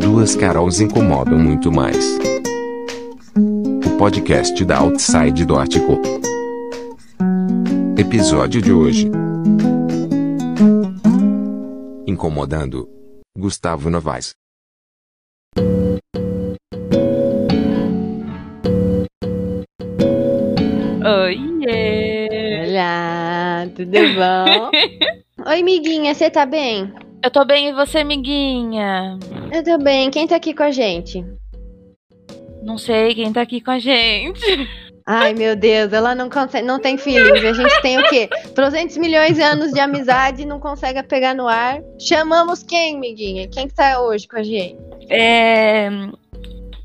Duas Carols incomodam muito mais. O podcast da Outside do Ártico. Episódio de hoje. Incomodando. Gustavo Novaes. Oiê! Olá, tudo bom? Oi, amiguinha, você tá bem? Eu tô bem e você, amiguinha? Eu tô bem. Quem tá aqui com a gente? Não sei quem tá aqui com a gente. Ai, meu Deus, ela não consegue, não tem filhos. A gente tem o quê? 300 milhões de anos de amizade, não consegue pegar no ar. Chamamos quem, amiguinha? Quem que tá hoje com a gente? É.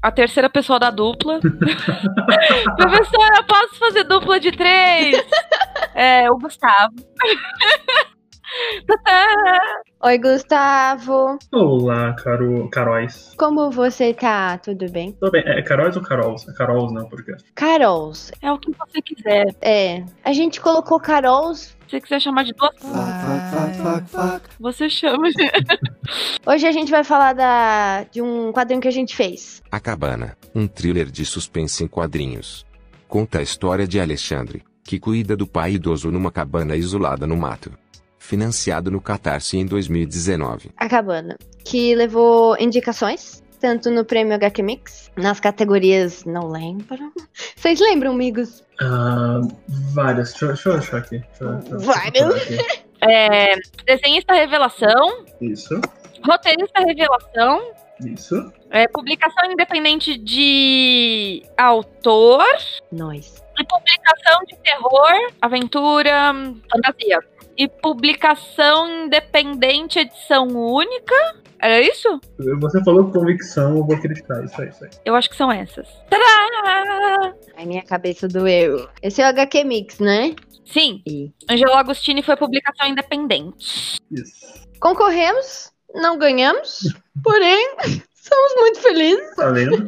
A terceira pessoa da dupla. Professora, posso fazer dupla de três? É, o Gustavo. Oi, Gustavo. Olá, caro... Caróis. Como você tá? Tudo bem? Tudo bem? É Caróis ou Carols? É Carols, não, porque... Carols. É o que você quiser. É. A gente colocou Carols. Se você quiser chamar de duas, você chama. Hoje a gente vai falar da, de um quadrinho que a gente fez. A Cabana, um thriller de suspense em quadrinhos. Conta a história de Alexandre, que cuida do pai idoso numa cabana isolada no mato. Financiado no Catarse em 2019. A Cabana, que levou indicações, tanto no prêmio HQ Mix, nas categorias não lembro. Vocês lembram, amigos? Ah, várias. Deixa, eu- deixa eu achar aqui. Deixa eu- deixa eu- Várias. deixa eu procurar aqui. É, desenhista revelação, Isso, roteirista revelação, isso. é, publicação independente de autor. Nós. E publicação de terror, aventura, fantasia. E publicação independente, edição única. Era isso? Você falou com convicção, eu vou acreditar. Isso aí, isso aí. Eu acho que são essas. Tadá! Ai, minha cabeça doeu. Esse é o HQ Mix, né? Sim, E Angelo Agostini foi publicação independente. Isso. concorremos, não ganhamos, porém, somos muito felizes. Tá vendo?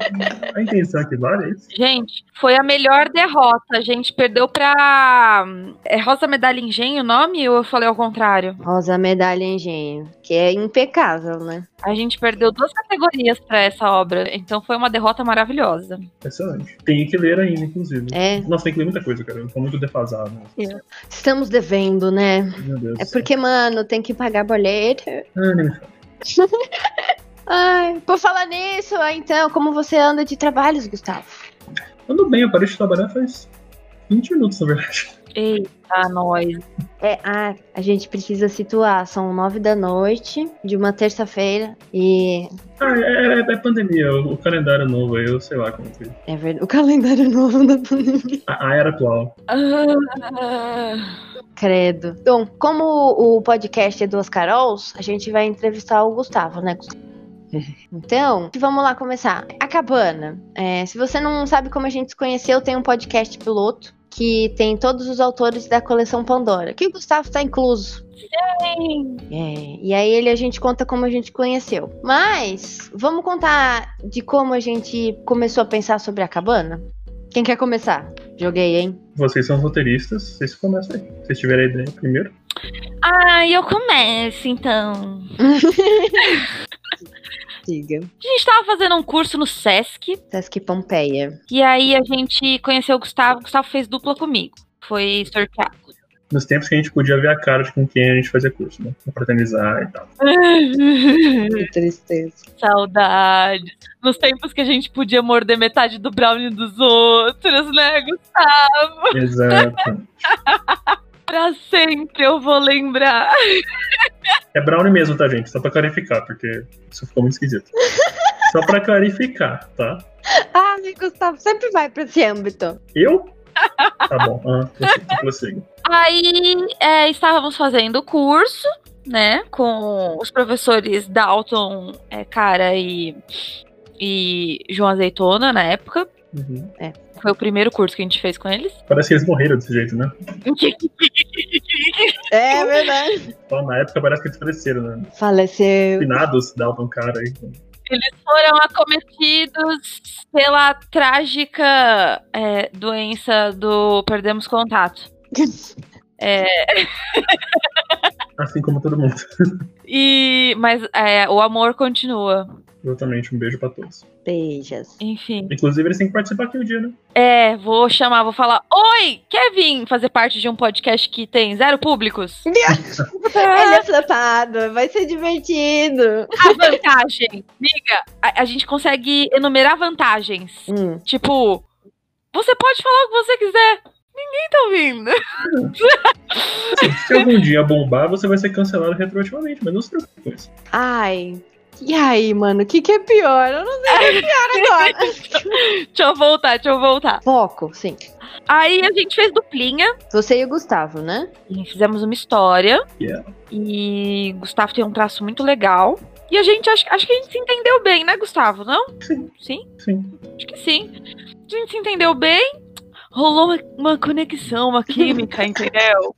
A intenção que vale é isso. Gente, foi a melhor derrota. A gente perdeu pra. É Rosa Medalha Engenho o nome? Ou eu falei ao contrário? Rosa Medalha Engenho, que é impecável, né? A gente perdeu duas categorias pra essa obra. Então foi uma derrota maravilhosa. Excelente. Tem que ler ainda, inclusive. É, Nossa, tem que ler muita coisa, cara. Eu tô muito defasado. estamos devendo, né? Meu Deus. É porque, mano, tem que pagar boleto. Ah, nem me fala. Ai, por falar nisso, ah, então, como você anda de trabalhos, Gustavo? Tudo bem, eu parei de trabalhar faz 20 minutos, na verdade. Eita, nós. É, ah, a gente precisa situar, são nove da noite de uma terça-feira e Ah, é, é- é pandemia, o, o calendário novo aí, eu sei lá como que. é verdade, o calendário novo da pandemia. A, a era atual. Ah, Credo. Bom, como o podcast é Duas Carols, a gente vai entrevistar o Gustavo, né, Gustavo? Então, vamos lá começar. A Cabana. É, se você não sabe como a gente se conheceu, tem um podcast piloto que tem todos os autores da coleção Pandora, que o Gustavo tá incluso. sim. É, e aí ele a gente conta como a gente conheceu. Mas vamos contar de como a gente começou a pensar sobre a Cabana? Quem quer começar? Joguei, hein? Vocês são roteiristas, vocês começam aí. Vocês tiverem a ideia primeiro. Ah, eu começo então. Diga. A gente tava fazendo um curso no SESC Sesc Pompeia. e aí a gente conheceu o Gustavo. O Gustavo fez dupla comigo. Foi sorteado. Nos tempos que a gente podia ver a cara de com quem a gente fazia curso, né? Pra fraternizar e tal. Que tristeza. Saudades. Nos tempos que a gente podia morder metade do brownie dos outros, né, Gustavo? Exato. Pra sempre eu vou lembrar. É brownie mesmo, tá, gente? Só pra clarificar, porque isso ficou muito esquisito. Só pra clarificar, tá? Ah, Gustavo sempre vai pra esse âmbito. Eu? Tá bom. Ah, prossiga, prossiga. Aí é, estávamos fazendo o curso, né, com os professores Dalton, é, Cara e, e João Azeitona na época. Uhum. Foi o primeiro curso que a gente fez com eles. Parece que eles morreram desse jeito, né? É verdade. Então, na época parece que eles faleceram, né? Faleceu. Finados, Dalton, cara aí. Foram acometidos pela trágica é, doença do perdemos contato. Assim como todo mundo. E, mas é, o amor continua. Exatamente, um beijo pra todos. Beijos. Enfim. Inclusive, eles têm que participar aqui um dia, né? É, vou chamar, vou falar. Oi, quer vir fazer parte de um podcast que tem zero públicos? é Ele é flopado, vai ser divertido. A vantagem, miga, a, a gente consegue enumerar vantagens. Hum. Tipo, você pode falar o que você quiser. Ninguém tá ouvindo. Se algum dia bombar, você vai ser cancelado retroativamente, mas não se preocupe com isso. Ai. E aí, mano, o que, que é pior? Eu não sei o que é pior agora. Deixa eu voltar, deixa eu voltar. Foco, sim. Aí a gente fez duplinha Você e o Gustavo, né? e fizemos uma história. Yeah. E Gustavo tem um traço muito legal. E a gente, acho, acho que a gente se entendeu bem, né, Gustavo? Não? Sim. Sim? Sim. Acho que sim. A gente se entendeu bem. Rolou uma, uma conexão, uma química, entendeu?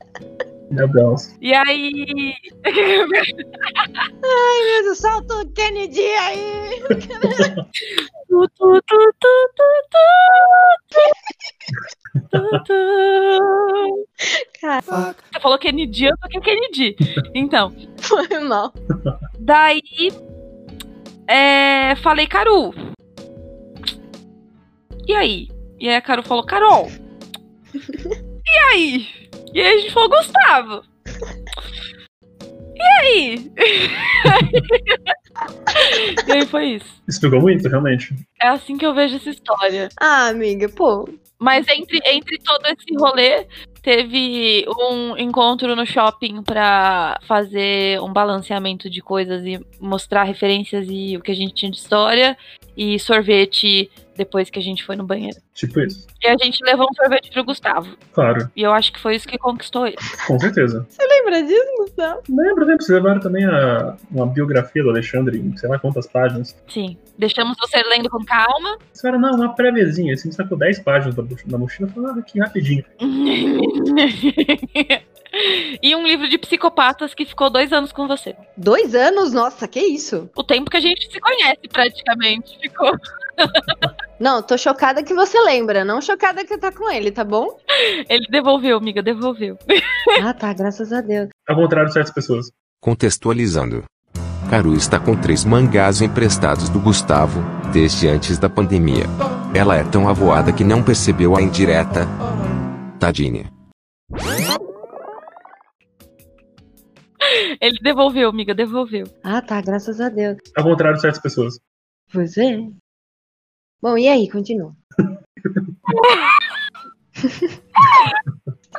Um abraço. E aí. Meu Deus, solta o Kennedy aí. Tu, tu, tu, tu, tu, tu, tu, tu. Você falou Kennedy, eu toquei Kennedy. Então, Foi mal. daí é, falei, Caru. E aí? E aí a Caru falou, Carol. E aí? E aí a gente falou, Gustavo. E aí? e aí foi isso. Isso pegou muito, realmente. É assim que eu vejo essa história. Ah, amiga, pô. Mas entre, entre todo esse rolê, teve um encontro no shopping pra fazer um balanceamento de coisas e mostrar referências e o que a gente tinha de história. E sorvete depois que a gente foi no banheiro. Tipo isso. E a gente levou um sorvete pro Gustavo. Claro, E eu acho que foi isso que conquistou ele. com certeza. Você lembra disso, Gustavo? Lembra, lembra? Vocês levaram também a, uma biografia do Alexandre, em sei lá quantas páginas. Sim. Deixamos você lendo com calma. Vocês falaram, não, uma préviazinha, assim, sacou 10 páginas da, moch- da mochila, falaram "Ah, aqui rapidinho. e um livro de psicopatas que ficou dois anos com você. Dois anos? Nossa, que isso? O tempo que a gente se conhece praticamente ficou. Não, tô chocada que você lembra, não chocada que tá com ele, tá bom? Ele devolveu, amiga, devolveu. Ah, tá, graças a Deus. Ao contrário de certas pessoas. Contextualizando. Caru está com três mangás emprestados do Gustavo, desde antes da pandemia. Ela é tão avoada que não percebeu a indireta. Tadinha. Ele devolveu, amiga, devolveu. Ah, tá, graças a Deus. Ao contrário de certas pessoas. Pois é. Bom, e aí, continua.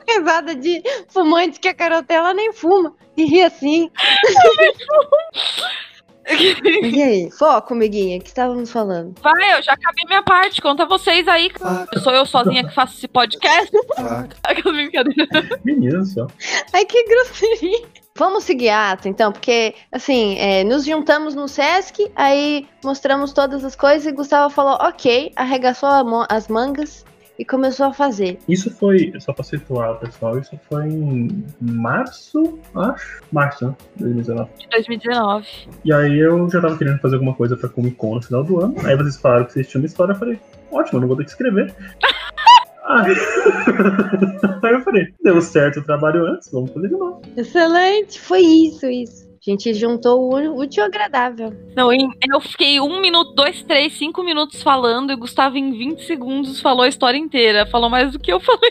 Pesada de fumante que a Carotela nem fuma e ri assim. Mas e aí? Foco, amiguinha, o que estávamos falando? Vai, eu já acabei minha parte. Conta vocês aí. c****. Sou eu sozinha que faço esse podcast. Aquela brincadeira. Menina só. Ai, que grosseria. Vamos seguir a ata, então, porque, assim, é, nos juntamos no Sesc, aí mostramos todas as coisas e Gustavo falou, ok, arregaçou a mão- as mangas e começou a fazer. Isso foi, só pra situar o pessoal, isso foi em março, acho. Março, né? 2019. De 2019. E aí eu já tava querendo fazer alguma coisa pra Comic Con no final do ano. Aí vocês falaram que vocês tinham uma história, eu falei, ótimo, eu não vou ter que escrever. aí Aí eu falei, deu certo o trabalho antes, vamos fazer de novo. Excelente, foi isso, isso. A gente juntou o útil ao agradável. Não, em- eu fiquei um minuto, dois, três, cinco minutos falando e o Gustavo em 20 segundos falou a história inteira. Falou mais do que eu falei.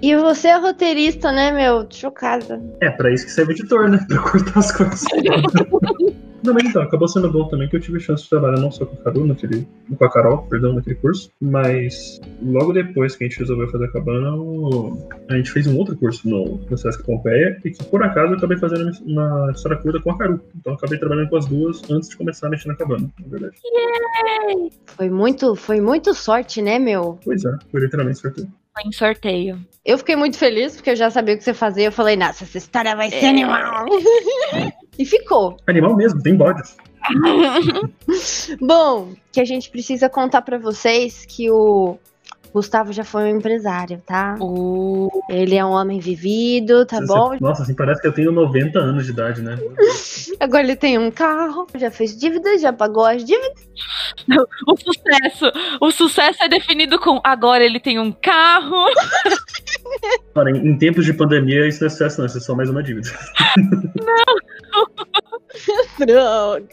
E você é roteirista, né, meu? Chocada. É, pra isso que serve o editor, né? Pra cortar as coisas. Não, mas então, acabou sendo bom também que eu tive a chance de trabalhar não só com a Carol naquele. com a Carol, perdão, naquele curso, mas logo depois que a gente resolveu fazer a cabana, o- a gente fez um outro curso no, no Sesc Pompeia, e que por acaso eu acabei fazendo uma história curta com a Caru. Então eu acabei trabalhando com as duas antes de começar a mexer na cabana, na verdade. Foi muito, foi muito sorte, né, meu? Pois é, foi literalmente certeza. Foi em sorteio. Eu fiquei muito feliz porque eu já sabia o que você fazia. Eu falei, nossa, essa história vai ser É. animal. e ficou. Animal mesmo, tem bodes. Bom, que a gente precisa contar pra vocês que o Gustavo já foi um empresário, tá? O... Ele é um homem vivido, tá Você- bom? Nossa, assim, parece que eu tenho 90 anos de idade, né? Agora ele tem um carro, já fez dívidas, já pagou as dívidas. o sucesso. O sucesso é definido com agora ele tem um carro. Cara, em, em tempos de pandemia, isso não é sucesso, não. Isso é só mais uma dívida. Droga,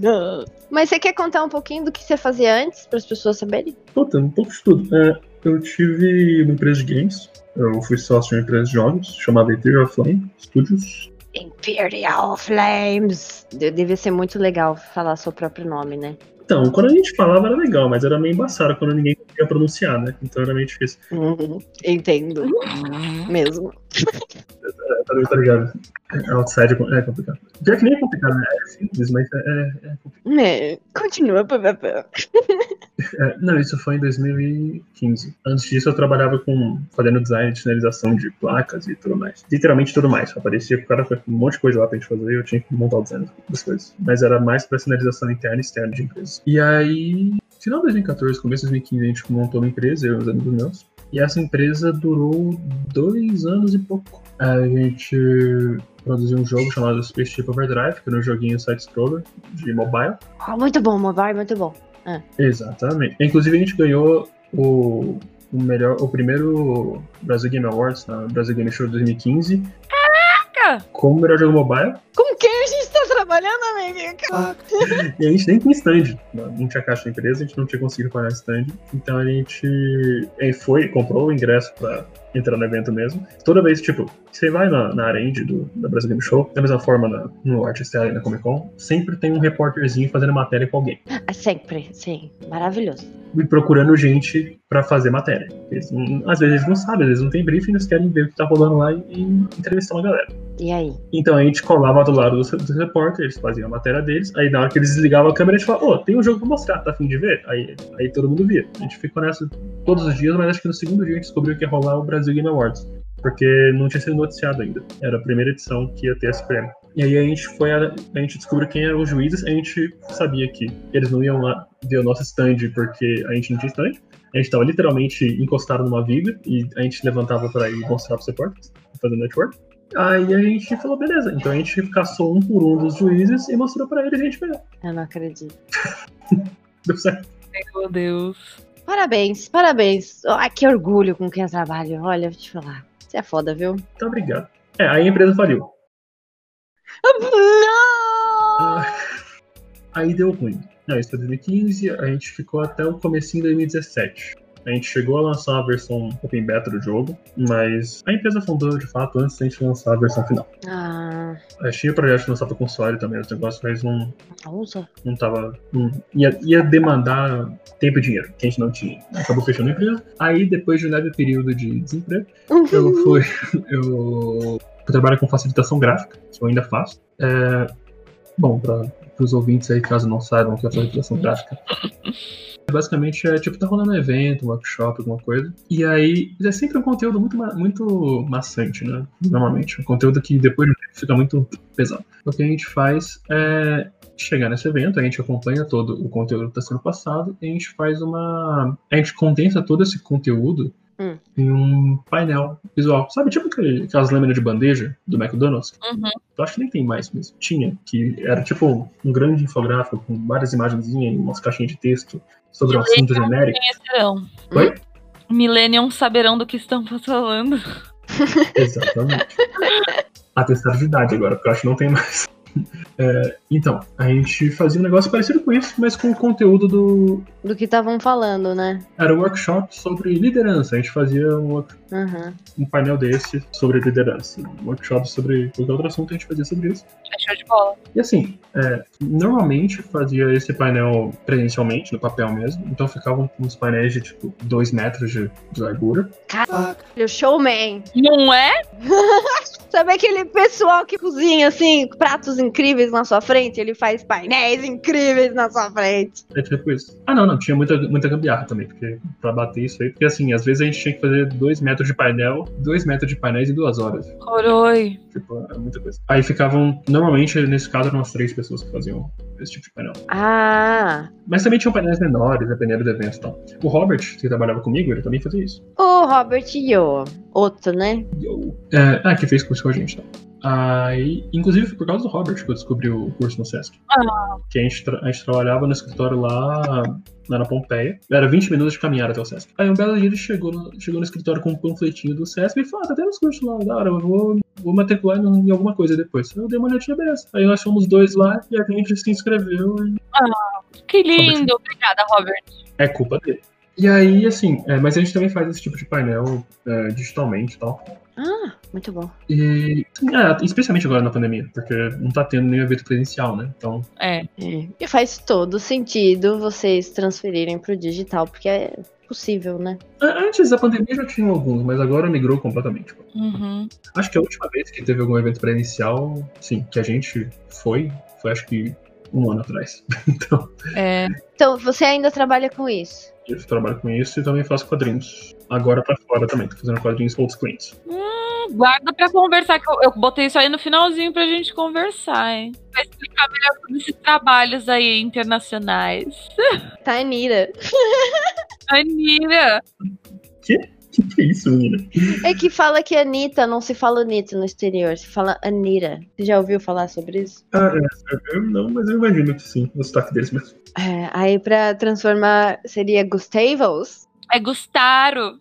não. Mas você quer contar um pouquinho do que você fazia antes, para as pessoas saberem? Puta, um pouco de tudo. É, eu tive uma empresa de games. Eu fui sócio de uma empresa de jogos chamada Ethereum Flame Studios. Imperial Flames. De- Devia ser muito legal falar seu próprio nome, né? Então, quando a gente falava era legal, mas era meio embaçado quando ninguém conseguia pronunciar, né? Então era meio difícil. Uhum. Entendo. Mesmo. É, Tá tá ligado? É, Outside é com- é complicado. Pior que nem é complicado, né? É simples, mas é, é- É, continua, papapá. É, não, isso foi em 2015. Antes disso, eu trabalhava com fazendo design de sinalização de placas e tudo mais. Literalmente tudo mais. Aparecia que o cara com um monte de coisa lá pra gente fazer e eu tinha que montar o design das coisas. Mas era mais pra sinalização interna e externa de empresas. E aí, final de 2014, começo de 2015, a gente montou uma empresa, eu e uns amigos meus. E essa empresa durou dois anos e pouco. A gente produziu um jogo chamado Space Chip Overdrive, que era um joguinho side-scroller de mobile. Ah, muito bom, mobile, muito bom. Exatamente. Inclusive a gente ganhou o, o melhor, o primeiro Brasil Game Awards na Brasil Game Show 2015 Caraca! como melhor jogo mobile. Com quem a gente tá trabalhando, amiga? Ah, E a gente nem tinha stand. né? Não não tinha caixa da empresa, a gente não tinha conseguido pagar stand. Então a gente eh, foi, comprou o ingresso pra entrar no evento mesmo. Toda vez, tipo, você vai na, na Arend do, da Brasil Game Show, da mesma forma na, no Artist Alley, na Comic Con, sempre tem um repórterzinho fazendo matéria com alguém. Ah, sempre, sim. Maravilhoso. e procurando gente pra fazer matéria. Eles não- às vezes eles não sabem, às vezes não tem briefing, eles querem ver o que tá rolando lá e, e entrevistar uma galera. E aí? Então a gente colava do lado dos, dos repórteres, eles faziam a matéria deles, aí na hora que eles desligavam a câmera, a gente falava, ô, tem um jogo pra mostrar, tá afim de ver? Aí, aí todo mundo via. A gente ficou nessa todos os dias, mas acho que no segundo dia a gente descobriu que ia rolar o Brasil Game Awards. Porque não tinha sido noticiado ainda. Era a primeira edição que ia ter esse prêmio. E aí a gente foi a, a gente descobriu quem eram os juízes, a gente sabia que eles não iam lá ver o nosso stand porque a gente não tinha stand. A gente estava literalmente encostado numa viga e a gente levantava para ir mostrar para os repórteres, fazer network. Aí a gente falou, beleza. Então a gente caçou um por um dos juízes e mostrou para eles e a gente ganhou. Eu não acredito. Deu certo. Meu Deus. Parabéns, parabéns. Ai, que orgulho com quem eu trabalho. Olha, vou te falar. Você é foda, viu? Então obrigado. É, aí a empresa faliu. Não! Aí deu ruim. Não, isso foi 2015, a gente ficou até o comecinho de 2017. A gente chegou a lançar uma versão open beta do jogo, mas a empresa fundou de fato antes da gente lançar a versão final. Ah, A gente tinha projeto de lançar para console também, os negócios, mas não, ah, usa. não tava. não- ia, ia demandar tempo e dinheiro, que a gente não tinha. Acabou fechando a empresa. Aí, depois de um leve período de desemprego, Uhum. eu fui. Eu, eu trabalho com facilitação gráfica, que eu ainda faço. É, bom, para os ouvintes aí, caso não saibam o que é facilitação gráfica. Basicamente é tipo, tá rolando um evento, um workshop, alguma coisa. E aí é sempre um conteúdo muito, ma- muito maçante, né? Normalmente. Um conteúdo que depois de um tempo fica muito pesado. O que a gente faz é chegar nesse evento, a gente acompanha todo o conteúdo que está sendo passado e a gente faz uma. A gente condensa todo esse conteúdo Hum. em um painel visual. Sabe, tipo aquele- aquelas lâminas de bandeja do McDonald's? Uhum. Eu acho que nem tem mais, mas tinha. Que era tipo um grande infográfico com várias imagenzinhas e umas caixinhas de texto sobre um assunto genérico. Conhecerão. Oi? Millennium saberão do que estamos falando. Exatamente. Atestado de idade agora, porque eu acho que não tem mais. É, então, a gente fazia um negócio parecido com isso, mas com o conteúdo do. Do que estavam falando, né? Era um workshop sobre liderança. A gente fazia um work- Aham. um painel desse sobre liderança. Um workshop sobre qualquer outro assunto, a gente fazia sobre isso. É show de bola. E assim, é, normalmente fazia esse painel presencialmente, no papel mesmo, então ficavam uns painéis de tipo 2 metros de, de largura. O showman. Não é? Sabe aquele pessoal que cozinha, assim, pratos incríveis na sua frente? Ele faz painéis incríveis na sua frente. É tipo isso. Ah, não, não, tinha muita, muita gambiarra também, porque pra bater isso aí, porque assim, às vezes a gente tinha que fazer 2 metros de painel, 2 metros de painéis em duas horas. Coroi. Tipo, tipo, é muita coisa. Aí ficavam, normalmente, nesse caso, eram umas três pessoas que faziam esse tipo de painel. Ah, Mas também tinham painéis menores, dependendo do evento e tal. O Robert, que trabalhava comigo, ele também fazia isso. o Robert e o outro, né? Yo. É, ah, que fez curso com a gente, tá? Aí, inclusive, foi por causa do Robert que eu descobri o curso no Sesc. Que a gente, tra- a gente trabalhava no escritório lá, lá na Pompeia. Era 20 minutos de caminhada até o Sesc. Aí um belo dia ele chegou no, chegou no escritório com um panfletinho do Sesc e falou: Ah, tá tendo os cursos lá, da hora, eu vou, vou matricular em em alguma coisa depois. Eu dei uma olhadinha dessa. Aí nós fomos dois lá e a gente se inscreveu e Que lindo. Obrigada, Robert. é culpa dele. E aí, assim, é, mas a gente também faz esse tipo de painel é, digitalmente e tal. Ah, muito bom. E, é, especialmente agora na pandemia, porque não tá tendo nenhum evento presencial, né? Então, É. É. E faz todo sentido vocês transferirem pro digital, porque é possível, né? a- antes da pandemia já tinha alguns, mas agora migrou completamente. Uhum. Acho que a última vez que teve algum evento presencial, sim, que a gente foi, foi acho que um ano atrás. Então, É. Então, você ainda trabalha com isso? eu trabalho com isso e também faço quadrinhos. Agora pra fora também, tô fazendo quadrinhos com outros clientes. Hum, Guarda pra conversar, que eu, eu botei isso aí no finalzinho pra gente conversar, hein? Pra explicar melhor sobre esses trabalhos aí internacionais. Tá, Tainira. Anira! Que que é isso, menina? É que fala que Anitta, não se fala Anitta no exterior, se fala Anira. Você já ouviu falar sobre isso? Ah, é, eu não, mas eu imagino que sim, o sotaque deles mesmo. É, aí pra transformar seria Gustavos? É Gustaro.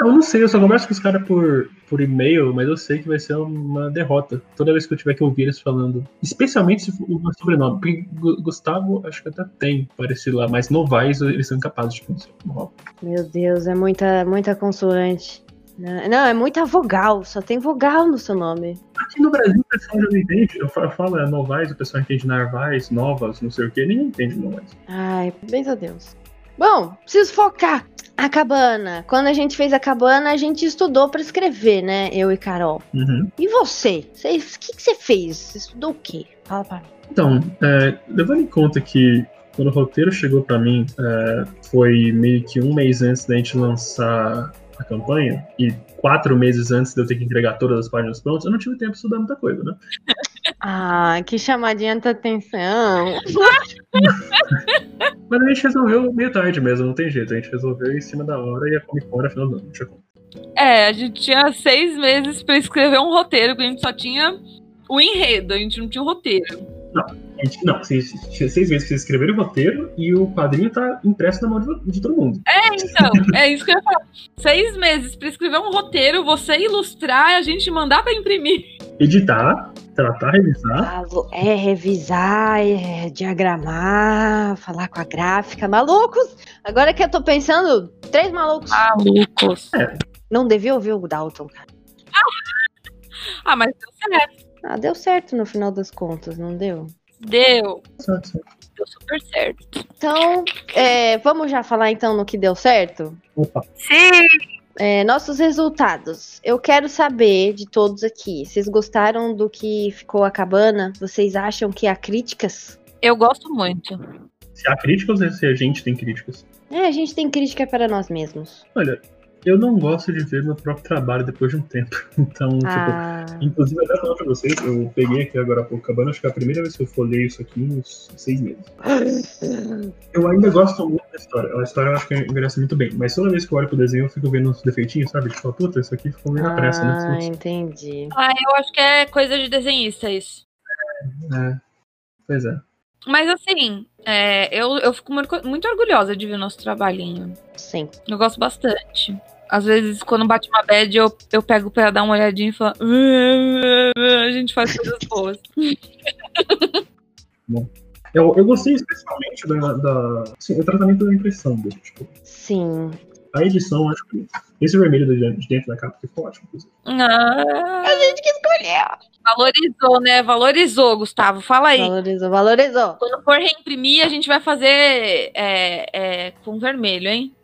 Eu não sei, eu só converso com os caras por, por e-mail, mas eu sei que vai ser uma derrota. Toda vez que eu tiver que ouvir eles falando. Especialmente se for o meu sobrenome. Porque Gu- Gustavo, acho que até tem parecido lá, mas Novaes eles são incapazes de um pronunciar. Ó, Meu Deus, é muita, muita consoante. Né? Não, é muita vogal, só tem vogal no seu nome. Aqui no Brasil o pessoal já não entende. Eu fa- falo é Novaes, o pessoal entende Narvaez, Novas, não sei o quê. Ninguém entende Novaes. Ai, bens a Deus. Bom, preciso focar. A cabana. Quando a gente fez a cabana, a gente estudou pra escrever, né? Eu e Carol. Uhum. E você? Você- O que, que você fez? Você estudou o quê? Fala pra mim. Então, é, levando em conta que quando o roteiro chegou pra mim, é, foi meio que um mês antes da gente lançar a campanha, e quatro meses antes de eu ter que entregar todas as páginas prontas, eu não tive tempo de estudar muita coisa, né? Ah, que chamadinha de atenção. Mas a gente resolveu meio tarde mesmo, não tem jeito. A gente resolveu em cima da hora e a Comic Con era final do ano. tinha como. É, a gente tinha seis meses pra escrever um roteiro, que a gente só tinha o enredo, a gente não tinha o roteiro. A gente- Não, vocês, tinha seis vezes que vocês escreveram o roteiro e o quadrinho tá impresso na mão de, de todo mundo. É, então, é isso que eu ia falar. Seis meses pra escrever um roteiro, você ilustrar, a gente mandar pra imprimir. Editar, tratar, revisar. Falo, é revisar, é diagramar, falar com a gráfica. Malucos! Agora que eu tô pensando, três malucos. Malucos. Não devia ouvir o Dalton, cara. Ah, mas deu certo. Ah, deu certo no final das contas, não deu? Deu. Certo, certo. Deu super certo. Então, é, vamos já falar então no que deu certo? Opa, Sim! É, nossos resultados. Eu quero saber de todos aqui. Vocês gostaram do que ficou a cabana? Vocês acham que há críticas? Eu gosto muito. se há críticas ou se a gente tem críticas? É, a gente tem crítica para nós mesmos. Olha, eu não gosto de ver meu próprio trabalho depois de um tempo. Então, Ah, tipo, inclusive até falar pra vocês, eu peguei aqui agora há pouco cabana, acho que é a primeira vez que eu folhei isso aqui em uns seis meses. Eu ainda gosto muito da história. A história eu acho que envelhece muito bem, mas toda vez que eu olho pro desenho eu fico vendo uns defeitinhos, sabe? Tipo, puta, isso aqui ficou meio na pressa, ah né? entendi. Ah, eu acho que é coisa de desenhista isso. É. Pois é. Mas assim, é, eu, eu fico muito muito orgulhosa de ver o nosso trabalhinho. Sim. Eu gosto bastante. Às vezes, quando bate uma bad, eu, eu pego pra dar uma olhadinha e falo. "Ah, A gente faz coisas boas. Eu, eu gostei especialmente da, da assim, o tratamento da impressão dele. Tipo, Sim. a edição, eu acho que esse vermelho de dentro da capa ficou ótimo, inclusive. Ah, gente que escolheu. valorizou, né? Valorizou, Gustavo. Fala aí. Valorizou, valorizou. Quando for reimprimir, a gente vai fazer é, é, com vermelho, hein?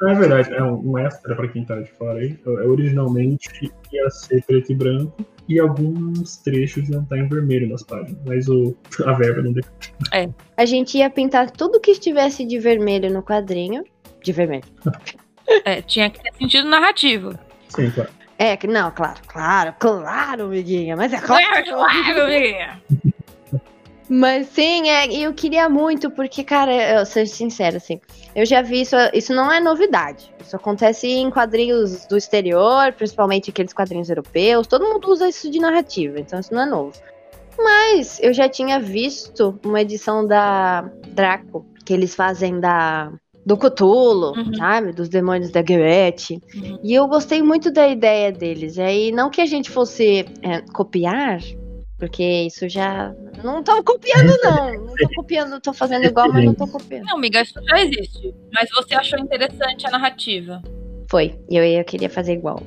Na verdade, é um um extra pra quem tá de fora aí. É, Originalmente ia ser preto e branco e alguns trechos iam estar em vermelho nas páginas, mas o, a verba não deu. A gente ia pintar tudo que estivesse de vermelho no quadrinho. De vermelho. É, tinha que ter sentido narrativo. Sim, claro. É, que não, claro, claro, claro, amiguinha, mas é Claro, claro. claro, amiguinha. Mas sim, é, e eu queria muito, porque, cara, eu sou sincera, assim, eu já vi isso, isso não é novidade. Isso acontece em quadrinhos do exterior, principalmente aqueles quadrinhos europeus, todo mundo usa isso de narrativa, então isso não é novo. Mas eu já tinha visto uma edição da Draco, que eles fazem da do Cthulhu, Uhum. sabe? Dos demônios da Goethe. Uhum. E eu gostei muito da ideia deles. E aí, não que a gente fosse é, copiar, porque isso já. Não tô copiando, não. Não tô copiando, tô fazendo igual, mas não tô copiando. Não, amiga, isso já existe. Mas você achou interessante a narrativa. Foi. E eu, eu queria fazer igual.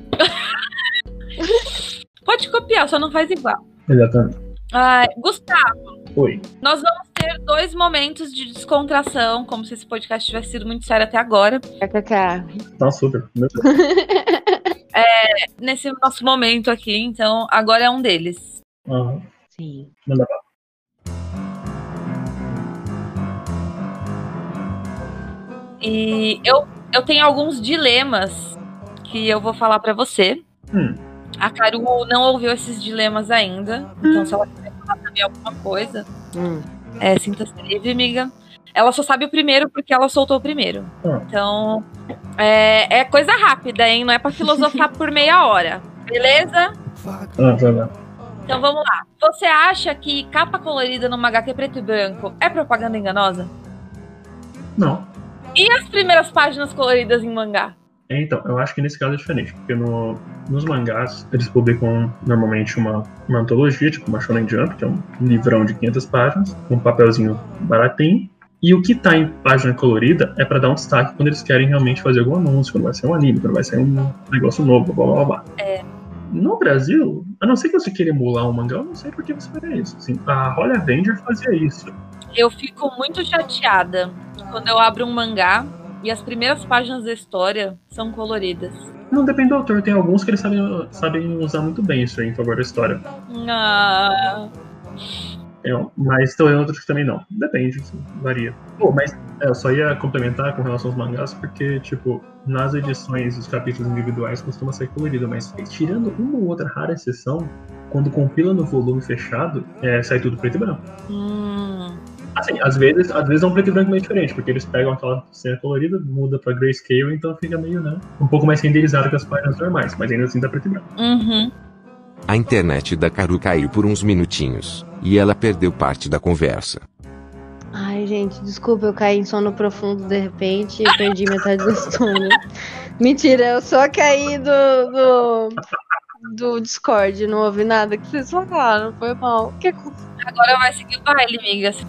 Pode copiar, só não faz igual. Exatamente. Ah, Gustavo, Oi. nós vamos ter dois momentos de descontração, como se esse podcast tivesse sido muito sério até agora. KKK. Tá super. Meu Deus. Nesse nosso momento aqui, então agora é um deles. Ah, Sim. E eu, eu tenho alguns dilemas que eu vou falar pra você. Hum. A Caru não ouviu esses dilemas ainda, então se ela quiser falar também alguma coisa, Hum. é, sinta-se livre, amiga. Ela só sabe o primeiro porque ela soltou o primeiro. Hum. Então, é, é coisa rápida, hein? Não é pra filosofar por meia hora, beleza? ah, vai lá. Então vamos lá. Você acha que capa colorida numa HQ preto e branco é propaganda enganosa? Não. E as primeiras páginas coloridas em mangá? É, Então, eu acho que nesse caso é diferente, porque no- nos mangás eles publicam normalmente uma, uma antologia, tipo uma Shonen Jump, que é um livrão de 500 páginas, com um papelzinho baratinho, e o que tá em página colorida é pra dar um destaque quando eles querem realmente fazer algum anúncio, quando vai ser um anime, quando vai ser um negócio novo, blá blá blá. blá. No Brasil, a não ser que você queira emular um mangá, eu não sei por que você faria isso. Assim, a Holly Avenger fazia isso. Eu fico muito chateada quando eu abro um mangá e as primeiras páginas da história são coloridas. Não depende do autor, tem alguns que eles sabem, sabem usar muito bem isso aí em favor da história. Ah, É, mas tem outros que também não. Depende, assim, varia. Pô, mas é, eu só ia complementar com relação aos mangás, porque, tipo, nas edições, os capítulos individuais costuma ser colorido, mas tirando uma ou outra rara exceção, quando compila no volume fechado, é, sai tudo preto e branco. hum, Assim, às vezes, às vezes é um preto e branco meio diferente, porque eles pegam aquela cena colorida, muda pra grayscale, então fica meio, né, um pouco mais renderizado que as páginas normais, mas ainda assim dá preto e branco. uhum. A internet da Caru caiu por uns minutinhos, e ela perdeu parte da conversa. Ai, gente, desculpa, eu caí em sono profundo de repente e perdi metade do sono. Mentira, eu só caí do, do, do Discord, não ouvi nada que vocês falaram, foi mal. Que Agora vai seguir o baile, migas.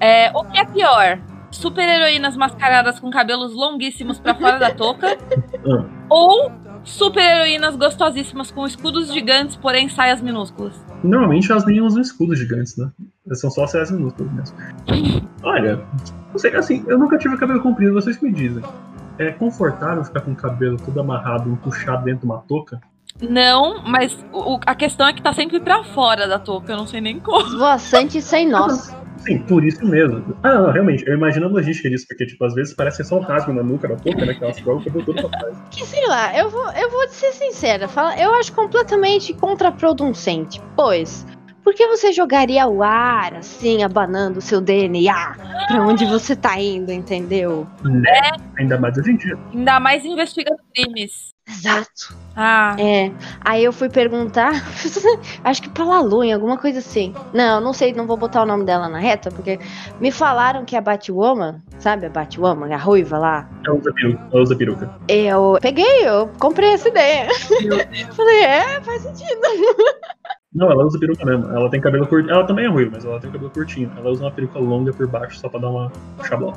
É, o que é pior? Super heroínas mascaradas com cabelos longuíssimos pra fora da touca? Hum. ou super heroínas gostosíssimas com escudos gigantes, porém saias minúsculas? Normalmente elas nem usam escudos gigantes, né? Elas São só seis minúsculas mesmo. Olha, não sei, assim, eu nunca tive cabelo comprido, vocês que me dizem. É confortável ficar com o cabelo todo amarrado, um puxado dentro de uma touca? Não, mas o- o- a questão é que tá sempre pra fora da touca, eu não sei nem como. esvoaçante sem nós. Sim, por isso mesmo. Ah, não, realmente, eu imagino a logística disso, porque, tipo, às vezes parece que é só um rasgo na nuca da touca, né? Que elas jogam o cabelo todo pra trás. Que sei lá, eu vou, eu vou ser sincera, fala, eu acho completamente contraproducente, pois. Por que você jogaria o ar assim, abanando o seu DNA pra onde você tá indo, entendeu? Ainda mais hoje em dia. Ainda mais investigando crimes. Exato. Ah, É, aí eu fui perguntar, acho que pra Lalu, em alguma coisa assim. Não, não sei, não vou botar o nome dela na reta, porque me falaram que a Batwoman, sabe a Batwoman, a ruiva lá? Ela usa peruca. Ela usa peruca. Eu peguei, eu comprei essa ideia. Falei, é, faz sentido. Não, ela usa peruca mesmo. Ela tem cabelo curto. Ela também é ruim, mas ela tem cabelo curtinho. Ela usa uma peruca longa por baixo só pra dar uma chablau.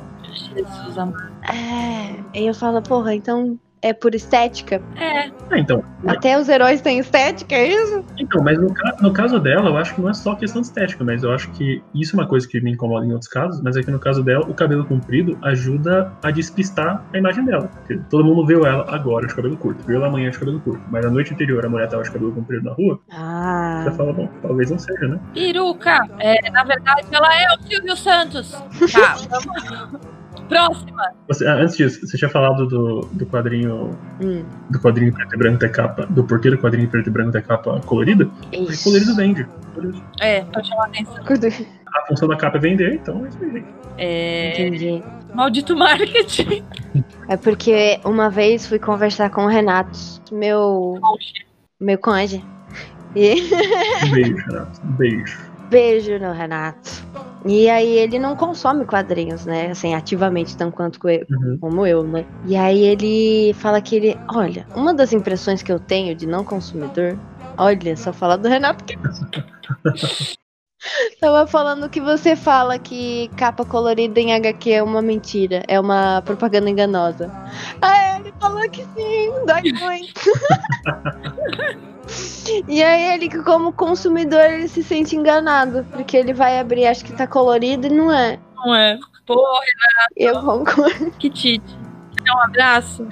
Jesus amado. É, aí eu falo, porra, então é por estética? É, Ah, então, Até os heróis têm estética, é isso? Então, mas no, ca- no caso dela, eu acho que não é só questão de estética, mas eu acho que isso é uma coisa que me incomoda em outros casos, mas é que no caso dela, o cabelo comprido ajuda a despistar a imagem dela. Porque todo mundo viu ela agora de cabelo curto, viu ela amanhã de cabelo curto, mas na noite anterior a mulher tava de cabelo comprido na rua, Ah, você fala, bom, talvez não seja, né? peruca. É, na verdade, ela é o Silvio Santos. Tá, vamos. Próxima. Você- ah, antes disso, você tinha falado do, do quadrinho Hum, do quadrinho preto e branco ter capa, do porquê do quadrinho preto e branco ter capa colorida? Porque isso. colorido vende. É, pra chamar atenção. A função da capa é vender, então é isso aí. É... Entendi. Maldito marketing. É porque uma vez fui conversar com o Renato, meu, meu conge. E Um beijo, Renato. Um beijo. beijo no Renato. E aí ele não consome quadrinhos, né? Assim, ativamente, tão quanto que eu- Uhum. como eu, né? E aí ele fala que ele, olha, uma das impressões que eu tenho de não consumidor, olha, só falar do Renato que Tava falando que você fala que capa colorida em HQ é uma mentira, é uma propaganda enganosa. Ah, ele falou que sim, dói muito. E aí ele, que como consumidor, ele se sente enganado, porque ele vai abrir, acho que tá colorido e não é. Não é? Porra, Eu concordo. que tite. Dá um abraço.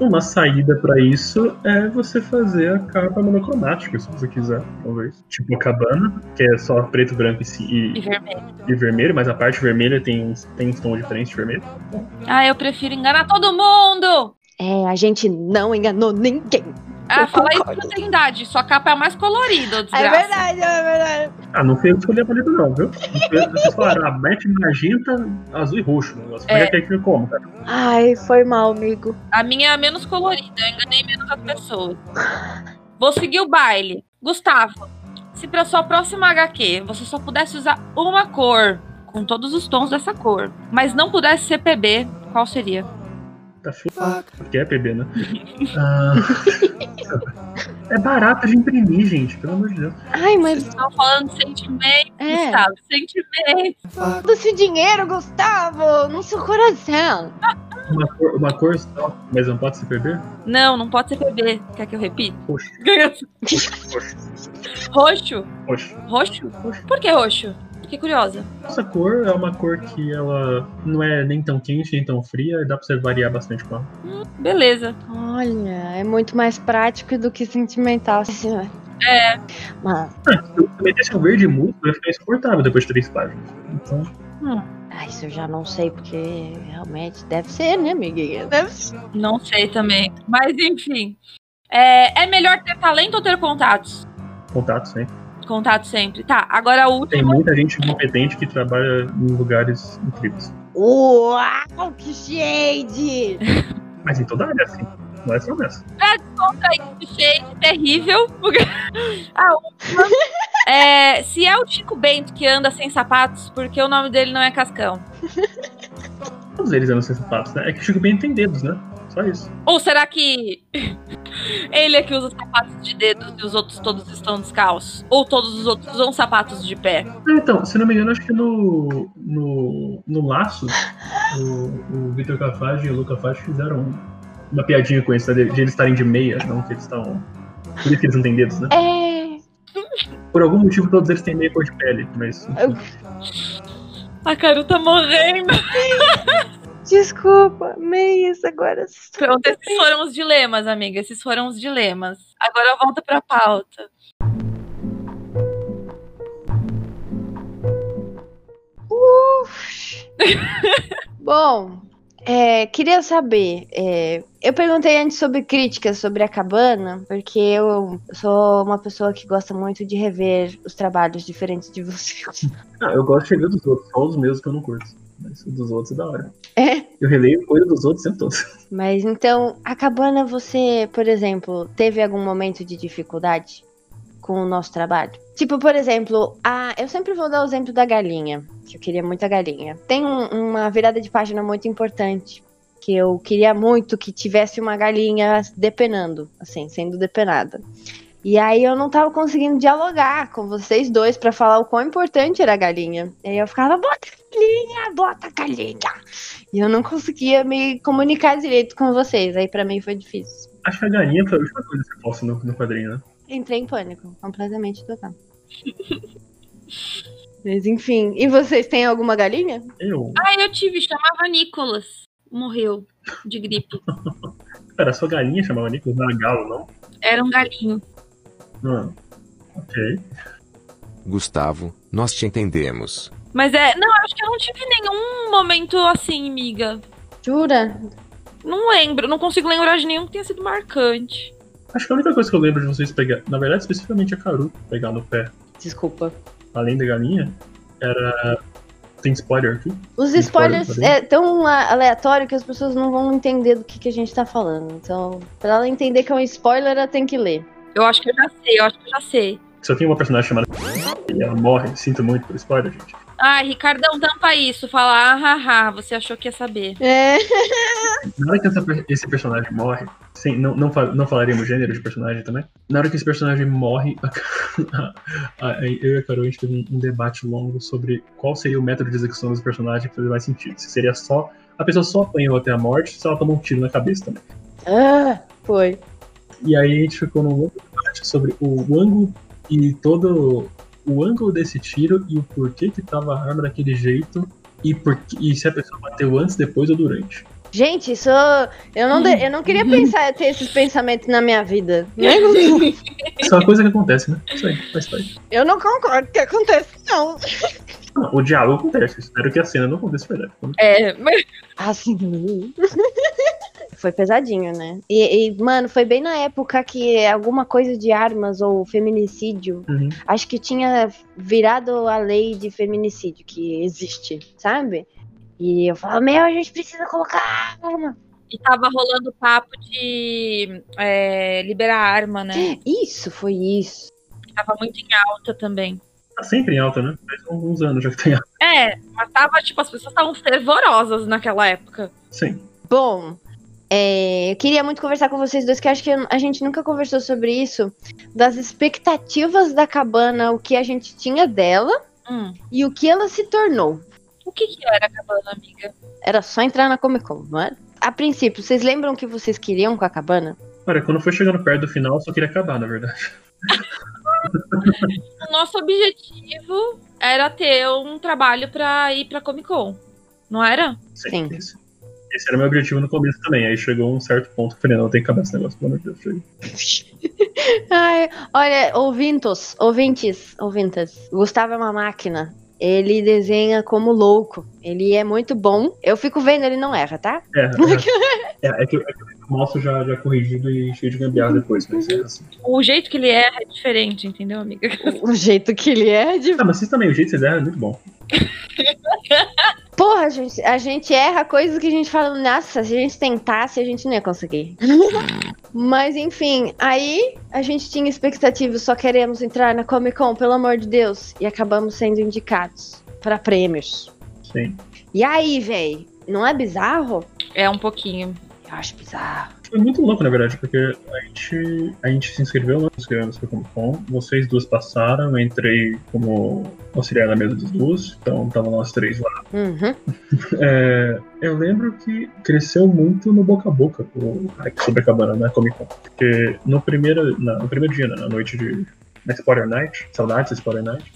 Uma saída pra isso é você fazer a capa monocromática, se você quiser, talvez. Tipo a cabana, que é só preto, branco e, ci- E e, vermelho. e vermelho, mas a parte vermelha tem, uns- tem uns tons diferentes de vermelho. Ah, eu prefiro enganar todo mundo. É, a gente não enganou ninguém. Ah, Eu fala isso concordo. com verdade. Sua capa é a mais colorida, ô É desgraça. verdade, é verdade. Ah, não foi eu que escolhi a paleta, não, viu? Não foi eu- Vocês falaram, ah, mete magenta, azul e roxo. O negócio foi É. é. que eu como, cara. Ai, foi mal, amigo. A minha é a menos colorida, eu enganei menos as pessoas. Vou seguir o baile. Gustavo, se pra sua próxima HQ você só pudesse usar uma cor, com todos os tons dessa cor, mas não pudesse ser PB, qual seria? Tá chupa. Porque é PB, né? Ah, é barato de imprimir, gente, pelo amor de Deus. Ai, mas Vocês estão falando de sentimento, é. Gustavo. Sentimento. Foda-se o dinheiro, Gustavo, no seu coração. Uma cor, uma cor só, mas não pode ser PB? Não, não pode ser PB. Quer que eu repita? Roxo, roxo, roxo? roxo. Roxo? Por que roxo? Fiquei curiosa. Essa cor é uma cor que ela não é nem tão quente, nem tão fria, e dá pra você variar bastante com ela. Beleza. Olha, é muito mais prático do que sentimental, senhor. É. Mas, Se eu metesse um verde musgo, ia ficar insuportável depois de três páginas. Então, ah, isso eu já não sei, porque realmente deve ser, né, amiguinha? Deve ser. Não sei também. Mas enfim. É, é melhor ter talento ou ter contatos? contato sempre. Contato sempre. Tá, agora o né? Tem último. muita gente competente que trabalha em lugares incríveis. Uau, que shade! Mas em toda área, assim. Não é só nessa. Shade terrível. ah, o último. É, se é o Chico Bento que anda sem sapatos, por que o nome dele não é Cascão? Todos eles andam sem sapatos, né? É que o Chico Bento tem dedos, né? Só isso. Ou será que ele é que usa sapatos de dedos e os outros todos estão descalços? Ou todos os outros usam sapatos de pé? Ah, Então, se não me engano, acho que no. no, no Laços, o, o Vitor Cafage e o Luca Cafage fizeram uma piadinha com isso, né? De, de eles estarem de meia, não que eles estão. Por isso que eles não têm dedos, né? É. Por algum motivo todos eles têm meia cor de pele, mas. enfim. A Caru tá morrendo. Desculpa, meias agora. Pronto, esses foram os dilemas, amiga. Esses foram os dilemas. Agora eu volto pra pauta. Uf. Bom, é, queria saber. é, eu perguntei antes sobre críticas sobre a cabana, porque eu sou uma pessoa que gosta muito de rever os trabalhos diferentes de vocês. Ah, eu gosto de ver dos outros, só os meus que eu não curto. Mas os dos outros é da hora. É. Eu releio coisa dos outros sempre todo. Mas então, a cabana, você, por exemplo, teve algum momento de dificuldade com o nosso trabalho? Tipo, por exemplo, a... eu sempre vou dar o exemplo da galinha, que eu queria muito a galinha. Tem um- uma virada de página muito importante, que eu queria muito que tivesse uma galinha depenando, assim, sendo depenada. E aí eu não tava conseguindo dialogar com vocês dois pra falar o quão importante era a galinha. E aí eu ficava, bota a galinha, bota a galinha. E eu não conseguia me comunicar direito com vocês. Aí pra mim foi difícil. Acho que a galinha foi a última coisa que eu posto no, no quadrinho, né? Entrei em pânico, completamente total. Mas enfim, e vocês têm alguma galinha? Eu. Ah, eu tive, chamava Nicolas. Morreu de gripe. Pera, sua galinha chamava Nicolas, não era galo, não? Era um galinho. Não. Ok. Gustavo, nós te entendemos. Mas é. Não, acho que eu não tive nenhum momento assim, miga. Jura? Não lembro, não consigo lembrar de nenhum que tenha sido marcante. Acho que a única coisa que eu lembro de vocês pegar, na verdade, especificamente a Caru pegar no pé, Desculpa. além da galinha, era. Tem spoiler aqui? Os Tem spoilers spoiler é tão a- aleatório que as pessoas não vão entender do que, que a gente tá falando. Então, pra ela entender que é um spoiler, ela tem que ler. Eu acho que eu já sei, eu acho que eu já sei. Só tem uma personagem chamada. E ela morre, sinto muito por spoiler, gente. Ah, Ricardão, tampa isso. Fala, ah, haha, você achou que ia saber. É. Na hora que essa per- esse personagem morre, sem, não, não, fa- não falaremos gênero de personagem também. Na hora que esse personagem morre, a- a- eu e a Carol a gente teve um, um debate longo sobre qual seria o método de execução desse personagem que fazer mais sentido. Se seria só. A pessoa só apanhou até a morte, se ela tomou um tiro na cabeça também. Ah, foi. E aí a gente ficou num longo debate sobre o, o ângulo e todo o ângulo desse tiro e o porquê que tava a arma daquele jeito e, por, que- e se a pessoa bateu antes, depois ou durante. Gente, isso. Eu não, de- eu não queria pensar, ter esses pensamentos na minha vida. Nem Isso é uma coisa que acontece, né? Isso aí, faz parte. Eu não concordo que acontece, não. Não, O diálogo acontece. Espero que a cena não aconteça de verdade. É, mas Assim. Foi pesadinho, né? E, e, mano, foi bem na época que alguma coisa de armas ou feminicídio, Uhum. acho que tinha virado a lei de feminicídio que existe, sabe? E eu falava, meu, a gente precisa colocar arma. e tava rolando papo de é, liberar arma, né? Isso, foi isso. Tava muito em alta também. Tá sempre em alta, né? Faz alguns anos já que tem alta. É, mas tava, tipo, as pessoas estavam fervorosas naquela época. Sim. Bom, é, eu queria muito conversar com vocês dois, que eu acho que a gente nunca conversou sobre isso, das expectativas da cabana, o que a gente tinha dela Hum. e o que ela se tornou. O que que era a cabana, amiga? Era só entrar na Comic Con, não era? A princípio, vocês lembram o que vocês queriam com a cabana? Olha, quando foi chegando perto do final, eu só queria acabar, na verdade. O nosso objetivo era ter um trabalho pra ir pra Comic Con, não era? Sim. Esse, esse era meu objetivo no começo também. Aí chegou um certo ponto que eu falei, não, tem que acabar esse negócio, pelo amor de Deus. chega. Ai, olha, ouvintos, ouvintes, ouvintas. Gustavo é uma máquina. Ele desenha como louco. Ele é muito bom. Eu fico vendo, ele não erra, tá? É, é, é, é que, eu- é que eu mostro já, já corrigido e cheio de gambiarra depois, mas é assim. O jeito que ele erra é diferente, entendeu, amiga? O jeito que ele é de. Ah, mas vocês também, o jeito que vocês erram é muito bom. Porra, gente, a gente erra coisas que a gente fala, nossa, se a gente tentasse, a gente não ia conseguir. Mas enfim, aí a gente tinha expectativas, só queremos entrar na Comic Con, pelo amor de Deus, e acabamos sendo indicados pra prêmios. Sim. E aí, véi, não é bizarro? É um pouquinho. Eu acho bizarro. Foi muito louco, na verdade, porque a gente, a gente se inscreveu, né? Nos inscrevemos pra Comic Con. Vocês duas passaram, eu entrei como auxiliar na mesa dos duas, então estavam nós três lá. Uhum. É, eu lembro que cresceu muito no boca a boca o hype sobre a cabana na Comic Con. Porque no primeiro, na- no primeiro dia, né, na noite de. Na Spoiler Night, saudades da Spoiler Night.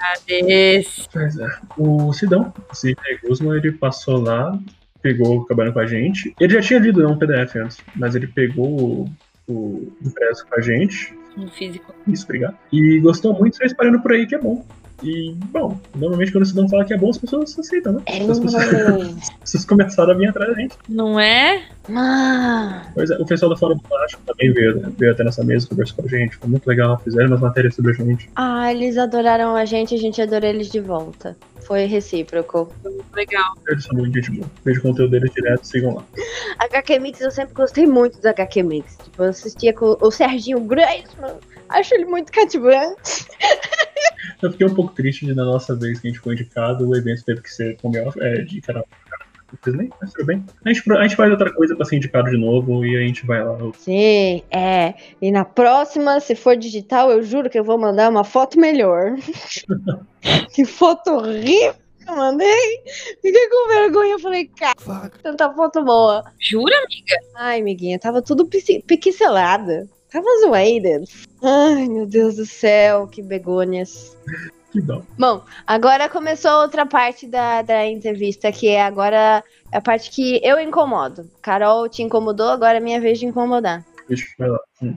Saudades. Pois é. O Sidão, o Sidney Guzman, ele passou lá, pegou o Cabana com a gente. Ele já tinha lido né, um PDF antes, mas ele pegou o, o impresso com a gente. Um físico. Isso, obrigado. E gostou muito, só espalhando por aí que é bom. E, bom, normalmente quando o Sidão fala que é bom, as pessoas aceitam, né? As pessoas, É, as pessoas começaram a vir atrás da gente. Não é? mano. Pois é, o pessoal da Fora do Plástico também veio, veio até nessa mesa, conversou com a gente, foi muito legal, fizeram umas matérias sobre a gente. Ah, eles adoraram a gente, a gente adorou eles de volta. Foi recíproco. Legal. Eles são muito gente boa. Vejo o conteúdo deles direto, sigam lá. HQ Mix, eu sempre gostei muito do HQ Mix. Tipo, eu assistia com o Serginho Grossman. Acho ele muito né? cativante. Eu fiquei um pouco triste de, na nossa vez que a gente foi indicado, o evento teve que ser com o é, de canal. Não fiz nem, mas tudo bem. A gente, a gente faz outra coisa pra ser indicado de novo e a gente vai lá. Sim, é. E na próxima, se for digital, eu juro que eu vou mandar uma foto melhor. que foto horrível que eu mandei. Fiquei com vergonha. Eu falei, cara, tanta foto boa. Jura, amiga? Ai, amiguinha, tava tudo pixi- pixelada. Tava zoada. Ai, meu Deus do céu, que begônias. Que dó. Bom, agora começou outra parte da, da entrevista, que é agora a parte que eu incomodo. Carol te incomodou, agora é minha vez de incomodar. Deixa eu vai lá. Hum.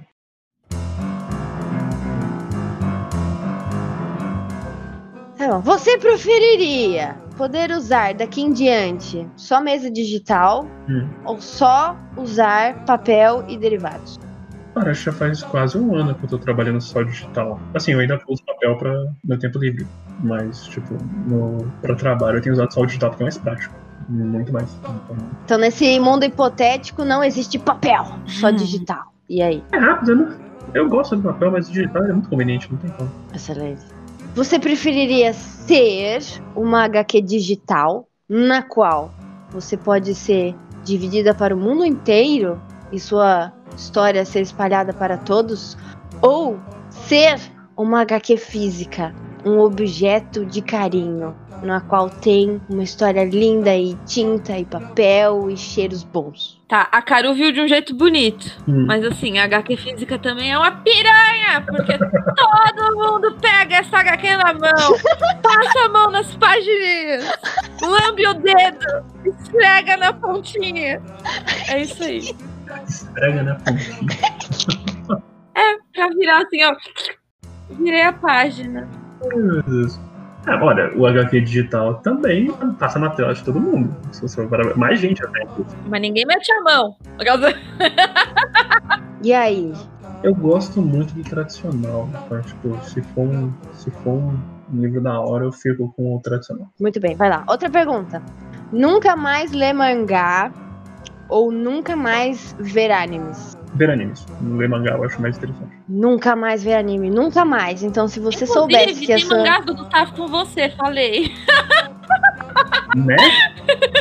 Ah, Então, você preferiria poder usar daqui em diante só mesa digital Hum. ou só usar papel e derivados? Cara, acho que já faz quase um ano que eu tô trabalhando só digital. Assim, eu ainda uso papel pra meu tempo livre. Mas, tipo, no, pra trabalho eu tenho usado só o digital porque é mais prático. Muito mais. Então, Então, nesse mundo hipotético, não existe papel, só Hum. digital. E aí? é rápido, né? Eu gosto do papel, mas o digital é muito conveniente, não tem como. Excelente. Você preferiria ser uma HQ digital na qual você pode ser dividida para o mundo inteiro e sua história ser espalhada para todos? Ou ser uma HQ física, um objeto de carinho, na qual tem uma história linda e tinta e papel e cheiros bons? Tá, a Caru viu de um jeito bonito. Hum. Mas assim, a HQ física também é uma piranha, porque todo mundo pega essa HQ na mão, passa a mão nas páginas, lambe o dedo, esfrega na pontinha. É isso aí. Esfrega, né? Pontinho. Pra virar assim, ó. Virei a página. Meu Deus. É, olha, o HQ digital também passa na tela de todo mundo. Se você for parar- Mais gente até. Mas ninguém mete a mão. Por causa- E aí? Eu gosto muito do tradicional. Então, tipo, se for um, se for um livro da hora, eu fico com o tradicional. Muito bem, vai lá. Outra pergunta. Nunca mais lê mangá ou nunca mais ver animes? Ver animes. Não ler mangá eu acho mais interessante. Nunca mais ver anime, nunca mais. Então, se você soubesse Inclusive, que a É tem sua. mangá do Gustavo com você, falei. Né?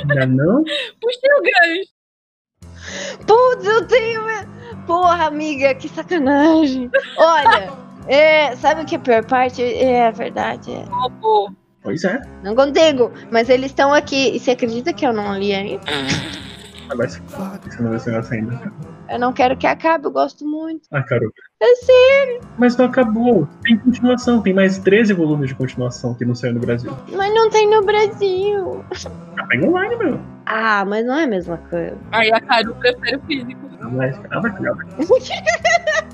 Né, não? Puxei o gancho. Putz, eu tenho. né? Porra, amiga, que sacanagem. Olha, é, sabe o que é a pior parte? É, é verdade. é. Roubou. Pois é. Não contigo, mas eles estão aqui. E você acredita que eu não li ainda? Agora se fala que Ah, você não vê esse negócio ainda. cara. Eu não quero que acabe, eu gosto muito. Ah, Carol. Eu sei. Mas não acabou. Tem continuação. Tem mais 13 volumes de continuação que não saiu no Brasil. Mas não tem no Brasil. Ah, pega online, meu. Ah, mas não é a mesma coisa. Aí a Caru prefere o físico. Mas, ah, vai cagar.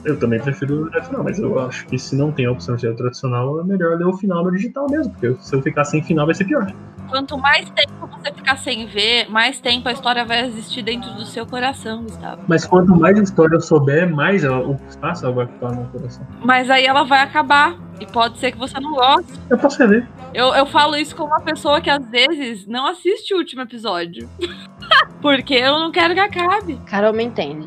Eu também prefiro o tradicional, mas eu acho que se não tem a opção de ler o tradicional, é melhor ler o final no digital mesmo, porque se eu ficar sem final vai ser pior. Quanto mais tempo você ficar sem ver, mais tempo a história vai existir dentro do seu coração, Gustavo. Mas quanto mais história eu souber, mais ela- o espaço ela vai ocupar no meu coração. Mas aí ela vai acabar. E pode ser que você não goste. Eu posso rever. Eu, eu falo isso como uma pessoa que às vezes não assiste o último episódio. Porque eu não quero que acabe. Carol me entende.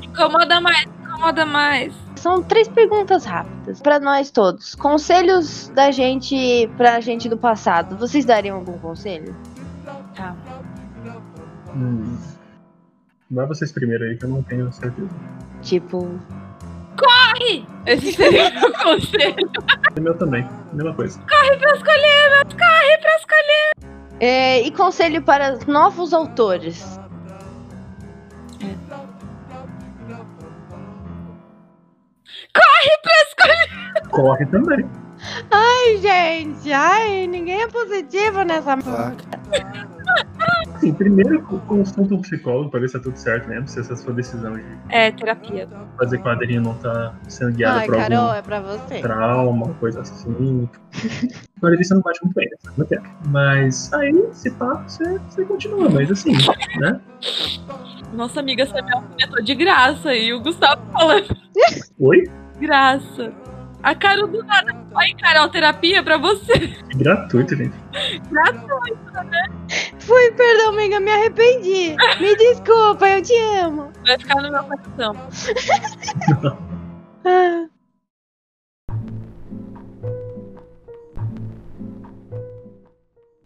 Incomoda mais, incomoda mais. São três perguntas rápidas pra nós todos. Conselhos da gente pra gente do passado. Vocês dariam algum conselho? Hum. Vai vocês primeiro aí, que eu não tenho certeza. Tipo, Ih, Esse seria o meu conselho. O meu também, mesma coisa. Pra escolher. é, e conselho para novos autores. Corre também. Ai, gente, ai, ninguém é positivo nessa. Assim, primeiro co- consulta um psicólogo pra ver se tá tudo certo mesmo, se essa sua decisão de É, terapia. fazer quadrinho não tá sendo guiada Ai, por algum Carol, é pra você. trauma, coisa assim. Na hora disso não bate muito bem, né? Sabe como é que é? Mas aí, se pá, você, você continua, mas assim, né? Nossa amiga, essa minha alfinetou de graça. E o Gustavo falando Oi? de graça. A Caru do nada. Aí, Carol, terapia pra você. Que É gratuito, gente. Foi, perdão, amiga, me arrependi. Me desculpa, eu te amo. Vai ficar no meu coração. Ah.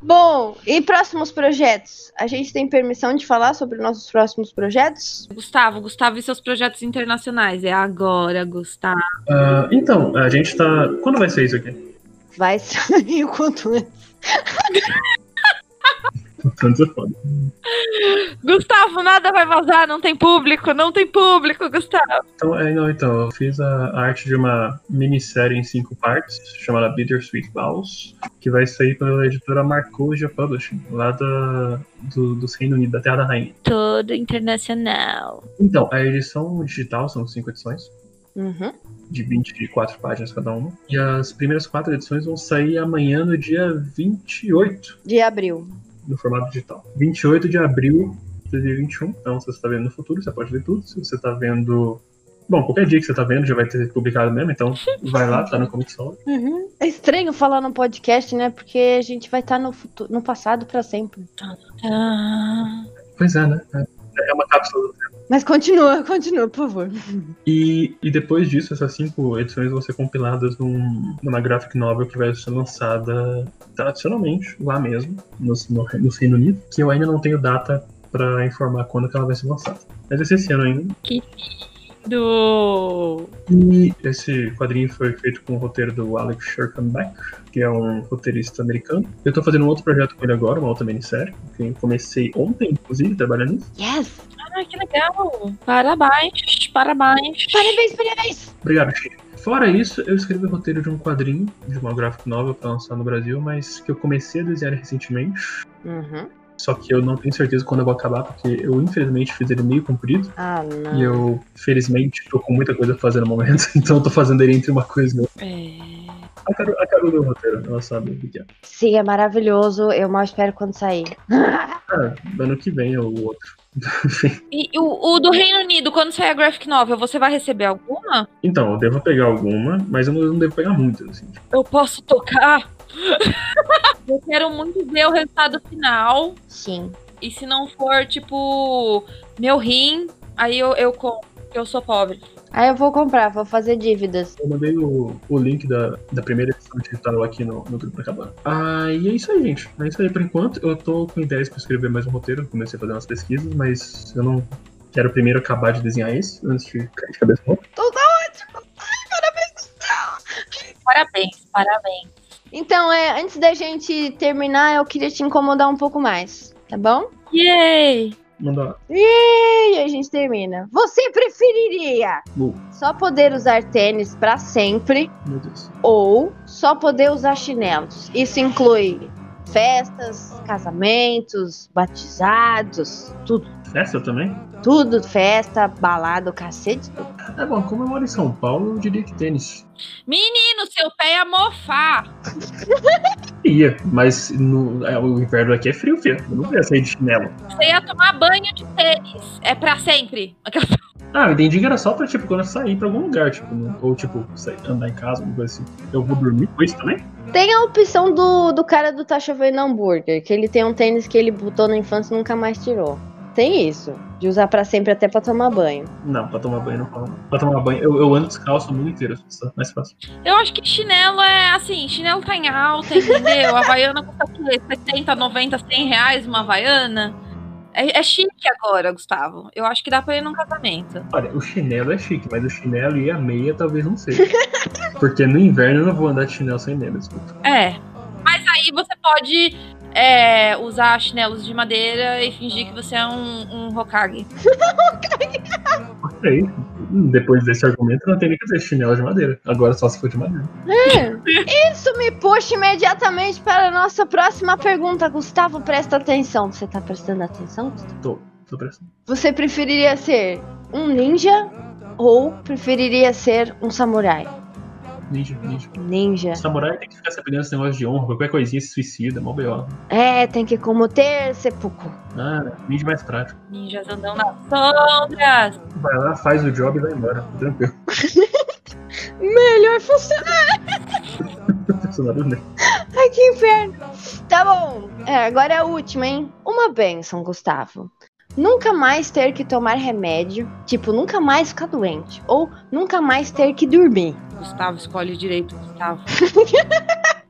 Bom, e próximos projetos? A gente tem permissão de falar sobre nossos próximos projetos? Gustavo, Gustavo e seus projetos internacionais. É agora, Gustavo. Ah, então, a gente tá. Quando vai ser isso aqui? Vai sair o quanto antes. Tanto é foda. Gustavo, nada vai vazar, não tem público, não tem público, Gustavo. Então, é, não, então, eu fiz a arte de uma minissérie em cinco partes, chamada Bittersweet Vows, que vai sair pela editora Marcoja Publishing, lá da, do, dos Reino Unido, da Terra da Rainha. Todo internacional. Então, a edição digital são cinco edições. Uhum. de 24 páginas cada uma. E as primeiras quatro edições vão sair amanhã, no dia 28, De abril. no formato digital. 28 de abril de 2021. Então, se você está vendo no futuro, você pode ler tudo. Se você está vendo. Bom, qualquer dia que você está vendo já vai ter publicado mesmo, então vai lá, tá no Comic Solo. Uhum. É estranho falar no podcast, né? Porque a gente vai estar no, futu- no passado pra sempre. Ah, Pois é, né? É uma cápsula. Mas continua, continua, por favor. E, e depois disso, essas cinco edições vão ser compiladas num- numa graphic novel que vai ser lançada tradicionalmente, lá mesmo, no, no, no Reino Unido, que eu ainda não tenho data pra informar quando que ela vai ser lançada. Mas vai ser esse ano ainda. do. E esse quadrinho foi feito com o roteiro do Alex Sherkenbeck, que é um roteirista americano. Eu tô fazendo um outro projeto com ele agora, uma outra minissérie, que eu comecei ontem, inclusive, trabalhando nisso. Yes! Ah, que legal! Parabéns, parabéns. Parabéns, parabéns! Obrigado, Chico. Fora isso, eu escrevi o roteiro de um quadrinho, de uma graphic novel pra lançar no Brasil, mas que eu comecei a desenhar recentemente. Uhum. Só que eu não tenho certeza quando eu vou acabar, porque eu infelizmente fiz ele meio comprido. Ah, E não. eu, felizmente, tô com muita coisa pra fazer no momento. Então eu tô fazendo ele entre uma coisa e outra. É. A Carol, a Carol leu o roteiro, ela sabe o que é. Sim, é maravilhoso. Eu mal espero quando sair. Ah, ano que vem é o outro. E o, o do Reino Unido, quando sair a graphic novel, você vai receber alguma? Então, eu devo pegar alguma, mas eu não, eu não devo pegar muitas, assim. Tipo, Eu posso tocar? eu quero muito ver o resultado final. Sim. E se não for, tipo, meu rim, aí eu, eu compro, porque eu sou pobre. Aí eu vou comprar, vou fazer dívidas. eu mandei o, o link da, da primeira edição digital aqui no, no grupo da cabana. Ah, e é isso aí, gente. É isso aí por enquanto. Eu tô com ideias pra escrever mais um roteiro. eu Comecei a fazer umas pesquisas, mas eu não quero primeiro acabar de desenhar esse, antes de cair de cabeça no outro. Parabéns, parabéns. Então, é, antes da gente terminar, eu queria te incomodar um pouco mais, tá bom? Yay! Mandar E aí a gente termina. Você preferiria Uh. só poder usar tênis pra sempre Meu Deus. ou só poder usar chinelos? Isso inclui festas, casamentos, batizados, tudo, Essa também? tudo, festa, balada, o cacete. É bom, como eu moro em São Paulo, eu diria que tênis. Menino, seu pé ia mofar. Ia, mas no, é, o inverno aqui é frio, filho. Eu não ia sair de chinelo. Você ia tomar banho de tênis. É pra sempre. Aquela- Ah, eu entendi que era só pra, tipo, quando eu sair pra algum lugar, tipo, no- ou, tipo, sair, andar em casa, alguma coisa assim. Eu vou dormir com isso também? Tem a opção do, do cara do Tá Chovendo Hambúrguer, que ele tem um tênis que ele botou na infância e nunca mais tirou. Tem isso, de usar pra sempre até pra tomar banho. Não, pra tomar banho não fala. não. Pra tomar banho, eu, eu ando descalço o mundo inteiro, só mais fácil. Eu acho que chinelo é assim, chinelo tá em alta, entendeu? Havaiana custa o quê? 70, 90, 100 reais uma Havaiana? É, é chique agora, Gustavo. Eu acho que dá pra ir num casamento. Olha, o chinelo é chique, mas o chinelo e a meia talvez não seja. Porque no inverno eu não vou andar de chinelo sem meia, desculpa. É. Mas aí você pode é, usar chinelos de madeira e fingir que você é um, um Hokage. Ok. Hum, Depois desse argumento, não tem nem que dizer chinelo de madeira. Agora só se for de madeira. Isso me puxa imediatamente para a nossa próxima pergunta. Gustavo, presta atenção. Você tá prestando atenção? Gustavo? Tô prestando. Você preferiria ser um ninja ou preferiria ser um samurai? Ninja, ninja. Ninja. Samurai tem que ficar se apegando esse negócio de honra, qualquer coisinha se suicida, mó B.O. É, tem que cometer seppuku. Ah, ninja mais prático. Ninjas andam nas sombras. Vai lá, faz o job e vai embora. Tranquilo. Melhor funcionar. Funcionário né? Ai, que inferno. Tá bom. É, agora é a última, hein? Uma benção, Gustavo. Nunca mais ter que tomar remédio. Tipo, nunca mais ficar doente. Ou nunca mais ter que dormir. Gustavo escolhe direito, Gustavo.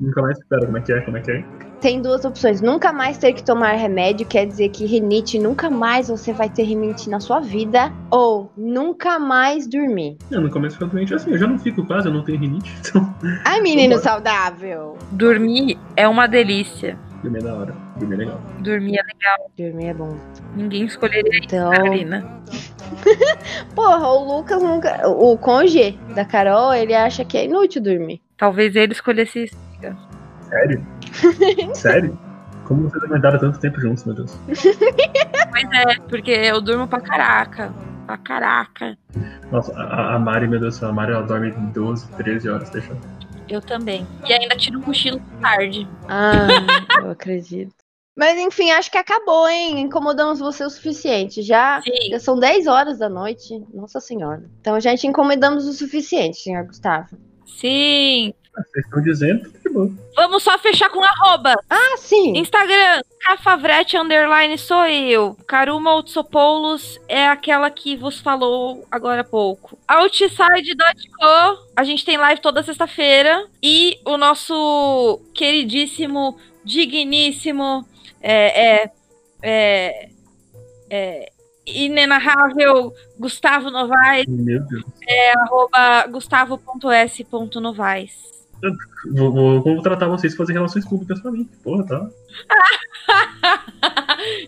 Nunca mais espera como é que é, como é que é. Tem duas opções. Nunca mais ter que tomar remédio, quer dizer que rinite, nunca mais você vai ter rinite na sua vida. Ou nunca mais dormir. Eu no começo ficar doente assim, eu já não fico quase, eu não tenho rinite, então. Ai, menino saudável. Dormir é uma delícia. Dormir é da hora, dormir é legal. Dormir é legal. Dormir é bom. Ninguém escolheria Então. a Karina. Porra, o Lucas nunca. O conge da Carol, ele acha que é inútil dormir. Talvez ele escolhesse isso. Sério? Sério? Como vocês aguentaram tanto tempo juntos, meu Deus? Pois é, porque eu durmo pra caraca. pra caraca. Nossa, a, a Mari, meu Deus do céu, a Mari ela dorme 12, 13 horas, deixa. Eu também. E ainda tiro um cochilo tarde. Ah, eu acredito. Mas enfim, acho que acabou, hein? Incomodamos você o suficiente. Já, Sim. já são 10 horas da noite. Nossa senhora. Então já te incomodamos o suficiente, senhor Gustavo. Sim. Ah, Vocês estão dizendo, tá de boa. Vamos só fechar com arroba. Ah, sim. Instagram, Cafavrete Underline sou eu. Karuma Otsopoulos é aquela que vos falou agora há pouco. Outside.co, a gente tem live toda sexta-feira. E o nosso queridíssimo, digníssimo, é, é, é, é, inenarrável Gustavo Novaes, Meu Deus. arroba gustavo.s.novaes. Vou, vou contratar vocês pra fazer relações públicas pra mim. Porra, tá?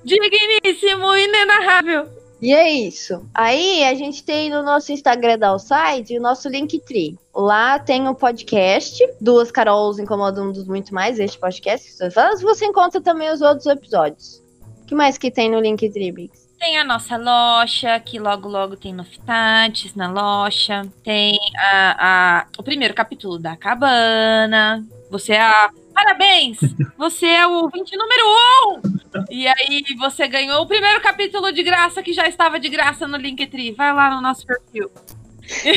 digníssimo, inenarrável. E é isso. Aí a gente tem no nosso Instagram da Outside o nosso Linktree. Lá tem o podcast, duas Carols incomodam um dos muito mais, este podcast. Mas você encontra também os outros episódios. O que mais que tem no Linktree, Bix? Tem a nossa loja, que logo logo tem novidades na loja. Tem a, a- o primeiro capítulo da cabana. Você é a. Parabéns! Você é o ouvinte número 1! E aí você ganhou o primeiro capítulo de graça que já estava de graça no Linktree. Vai lá no nosso perfil.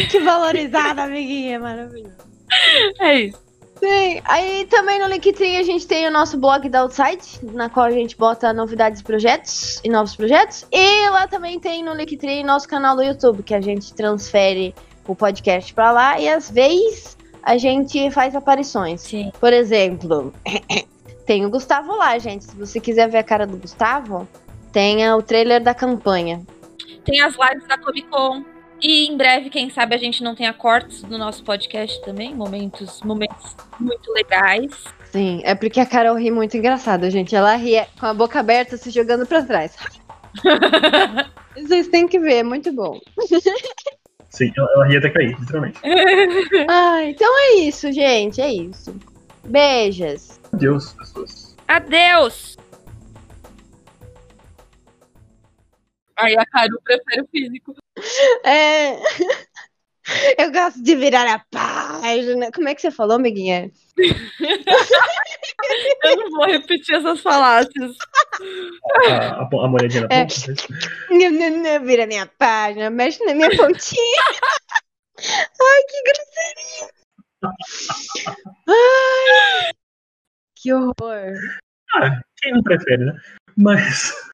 Que valorizada, amiguinha, maravilhoso. É isso. Sim, aí também no Linktree a gente tem o nosso blog da Outside, na qual a gente bota novidades e projetos e novos projetos. E lá também tem no Linktree nosso canal do YouTube, que a gente transfere o podcast pra lá e às vezes a gente faz aparições. Sim. Por exemplo, tem o Gustavo lá, gente. Se você quiser ver a cara do Gustavo, tenha o trailer da campanha. Tem as lives da Comic Con. E em breve, quem sabe, a gente não tenha cortes do nosso podcast também. Momentos, momentos muito legais. Sim, é porque a Carol ri muito engraçada, gente. Ela ri com a boca aberta, se jogando pra trás. Vocês têm que ver, é muito bom. Sim, ela, ela ia até cair, literalmente. Ah, então é isso, gente. É isso. Beijos. Adeus, pessoas. Adeus! Aí a Caru prefere o físico. É. Eu gosto de virar a página. Como é que você falou, amiguinha? Eu não vou repetir essas falácias. a, a, a moedinha na É. ponta. Não, não, não, vira minha página, mexe na minha pontinha. Ai, que grosseria. Ai, que horror. Quem não prefere, né? Mas.